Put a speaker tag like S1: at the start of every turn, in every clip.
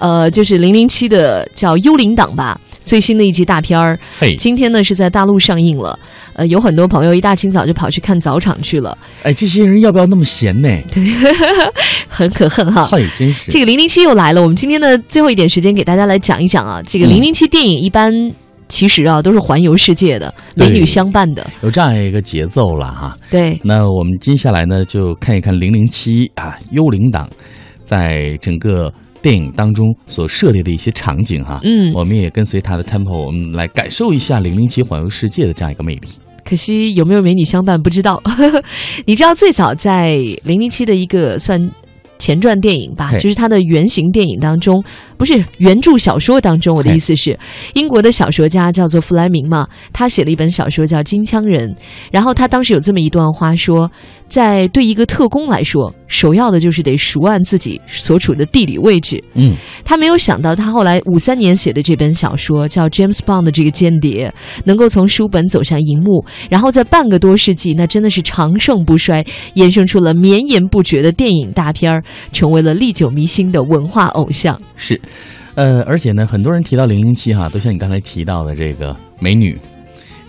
S1: 呃，就是零零七的叫《幽灵党》吧，最新的一集大片儿。
S2: 嘿，
S1: 今天呢是在大陆上映了，呃，有很多朋友一大清早就跑去看早场去了，
S2: 哎，这些人要不要那么闲呢？
S1: 很可恨哈。
S2: 嘿，真是
S1: 这个零零七又来了，我们今天的最后一点时间给大家来讲一讲啊，这个
S2: 嗯
S1: 零零七电影一般其实啊都是环游世界的，美
S2: 对
S1: 女相伴的，
S2: 有这样一个节奏了哈。
S1: 对，
S2: 那我们接下来呢，就看一看《零零七》啊，《幽灵党》在整个电影当中所设定的一些场景哈。
S1: 嗯
S2: 我们也跟随它的 tempo，我们来感受一下《零零七》环游世界的这样一个魅力。
S1: 可惜有没有美女相伴不知道。 你知道最早在零零七的一个算前传电影吧，
S2: 嘿
S1: 就是它的原型电影当中，不是原著小说当中。我的
S2: 嘿
S1: 意思是，英国的小说家叫做弗莱明嘛，他写了一本小说叫《金枪人》，然后他当时有这么一段话说，在对一个特工来说，首要的就是得熟谙自己所处的地理位置。
S2: 嗯，
S1: 他没有想到，他后来五三年写的这本小说叫《James Bond》的这个间谍，能够从书本走向荧幕，然后在半个多世纪，那真的是长盛不衰，衍生出了绵延不绝的电影大片儿，成为了历久弥新的文化偶像。
S2: 是，呃，而且呢，很多人提到《零零七》哈，都像你刚才提到的这个美女，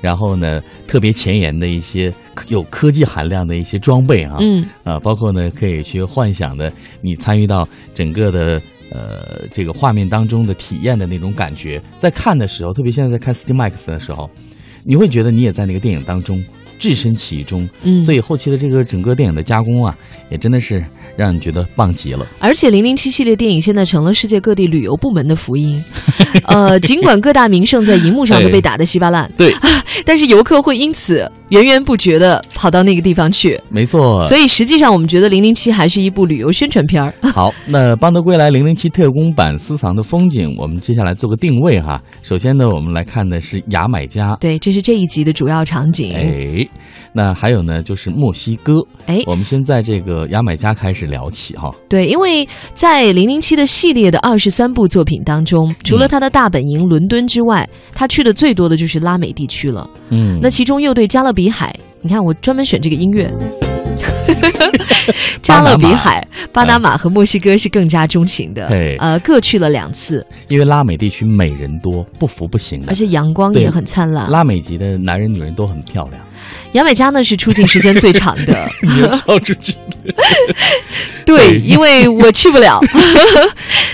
S2: 然后呢，特别前沿的一些科有科技含量的一些装备哈。
S1: 嗯，
S2: 啊，包括呢可以去幻想的，你参与到整个的呃这个画面当中的体验的那种感觉，在看的时候，特别现在在看 Steam Max 的时候，你会觉得你也在那个电影当中置身其中，
S1: 嗯
S2: 所以后期的这个整个电影的加工啊，也真的是让你觉得棒极了。
S1: 而且《零零七》系列电影现在成了世界各地旅游部门的福 音。呃，尽管各大名胜在荧幕上都被打得稀巴烂，
S2: 对，
S1: 但是游客会因此源源不绝的跑到那个地方去。
S2: 没错。
S1: 所以实际上，我们觉得《零零七》还是一部旅游宣传片 儿。
S2: 好，那《邦德归来》零零七特工版私藏的风景，我们接下来做个定位哈。首先呢，我们来看的是牙买加，
S1: 对，这是这一集的主要场景。
S2: 哎，那还有呢就是墨西哥，
S1: 哎
S2: 我们先在这个牙买加开始聊起哈。
S1: 对，因为在零零七的系列的二十三部作品当中，嗯除了他的大本营伦敦之外，他去的最多的就是拉美地区了。
S2: 嗯
S1: 那其中又对加勒比海，你看我专门选这个音 乐。加勒比海、巴拿马和墨西哥是更加钟情的
S2: 嘿，
S1: 呃，各去了两次，
S2: 因为拉美地区美人多，不服不行的
S1: 而。且啊阳光
S2: 对
S1: 也很灿烂。
S2: 拉美籍的男人女人都很漂 亮，
S1: 牙买加呢是出境时间最长 的，
S2: 你要跳出去。
S1: 对，
S2: 对
S1: 因为我去不了。
S2: 嗯啊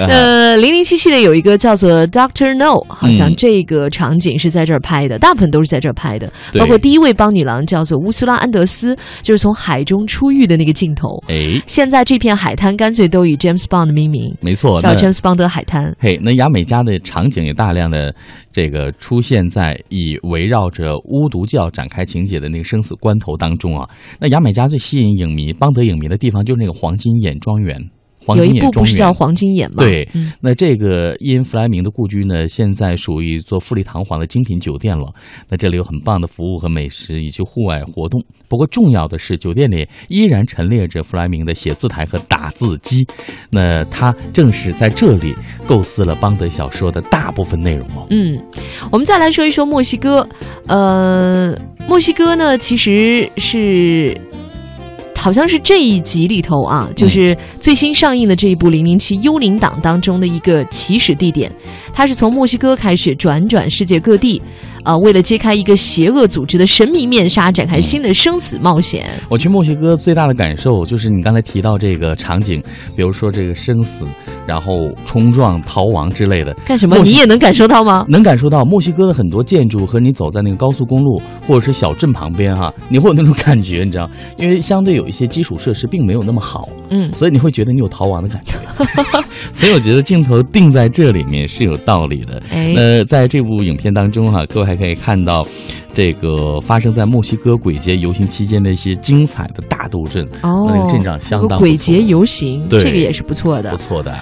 S1: 呃，零零七系列有一个叫做 Doctor No，好像
S2: 嗯
S1: 这个场景是在这儿拍的，大部分都是在这儿拍的，
S2: 对
S1: 包括第一位邦女郎叫做乌苏拉安德斯，就是从海中出狱的那个镜头。
S2: 哎，
S1: 现在这片海滩干脆都以 James Bond 的命名，
S2: 没错，
S1: 叫
S2: 哦那
S1: James Bond 的海滩。
S2: 嘿，那牙买加的场景也大量的这个出现在以围绕着巫毒教展开情节的那个生死关头当中啊。那牙买加最吸引影迷、邦德影迷的地方就是那个黄金眼庄园，黄
S1: 有
S2: 金
S1: 一
S2: 眼
S1: 部不
S2: 庄
S1: 是
S2: 园。
S1: 叫《黄金眼》吗？
S2: 对
S1: 嗯，
S2: 那这个伊恩·弗莱明的故居呢，现在属于一座富丽堂皇的精品酒店了。那这里有很棒的服务和美食，以及户外活动。不过重要的是，酒店里依然陈列着弗莱明的写字台和打字机。那他正是在这里构思了邦德小说的大部分内容哦。
S1: 嗯，我们再来说一说墨西哥。呃，墨西哥呢，其实是好像是这一集里头啊，
S2: 嗯
S1: 就是最新上映的这一部《零零七：幽灵党》当中的一个起始地点。它是从墨西哥开始转转世界各地，啊、为了揭开一个邪恶组织的神秘面纱，展开新的生死冒险。
S2: 我去墨西哥最大的感受就是你刚才提到这个场景，比如说这个生死，然后冲撞、逃亡之类的，
S1: 干什么？
S2: 墨
S1: 哦
S2: 西
S1: 你也能感受到吗？
S2: 能感受到墨西哥的很多建筑和你走在那个高速公路或者是小镇旁边哈、你会有那种感觉，你知道，因为相对有一些基础设施并没有那么好，
S1: 嗯。
S2: 所以你会觉得你有逃亡的感觉。 所以我觉得镜头定在这里面是有道理的。
S1: 哎
S2: 那在这部影片当中哈、各位还可以看到，这个发生在墨西哥鬼节游行期间的一些精彩的大斗阵，
S1: 哦，
S2: 哎那个阵仗相当不
S1: 鬼
S2: 错
S1: 节游行，
S2: 对
S1: 这个也是不错的。
S2: 不错的。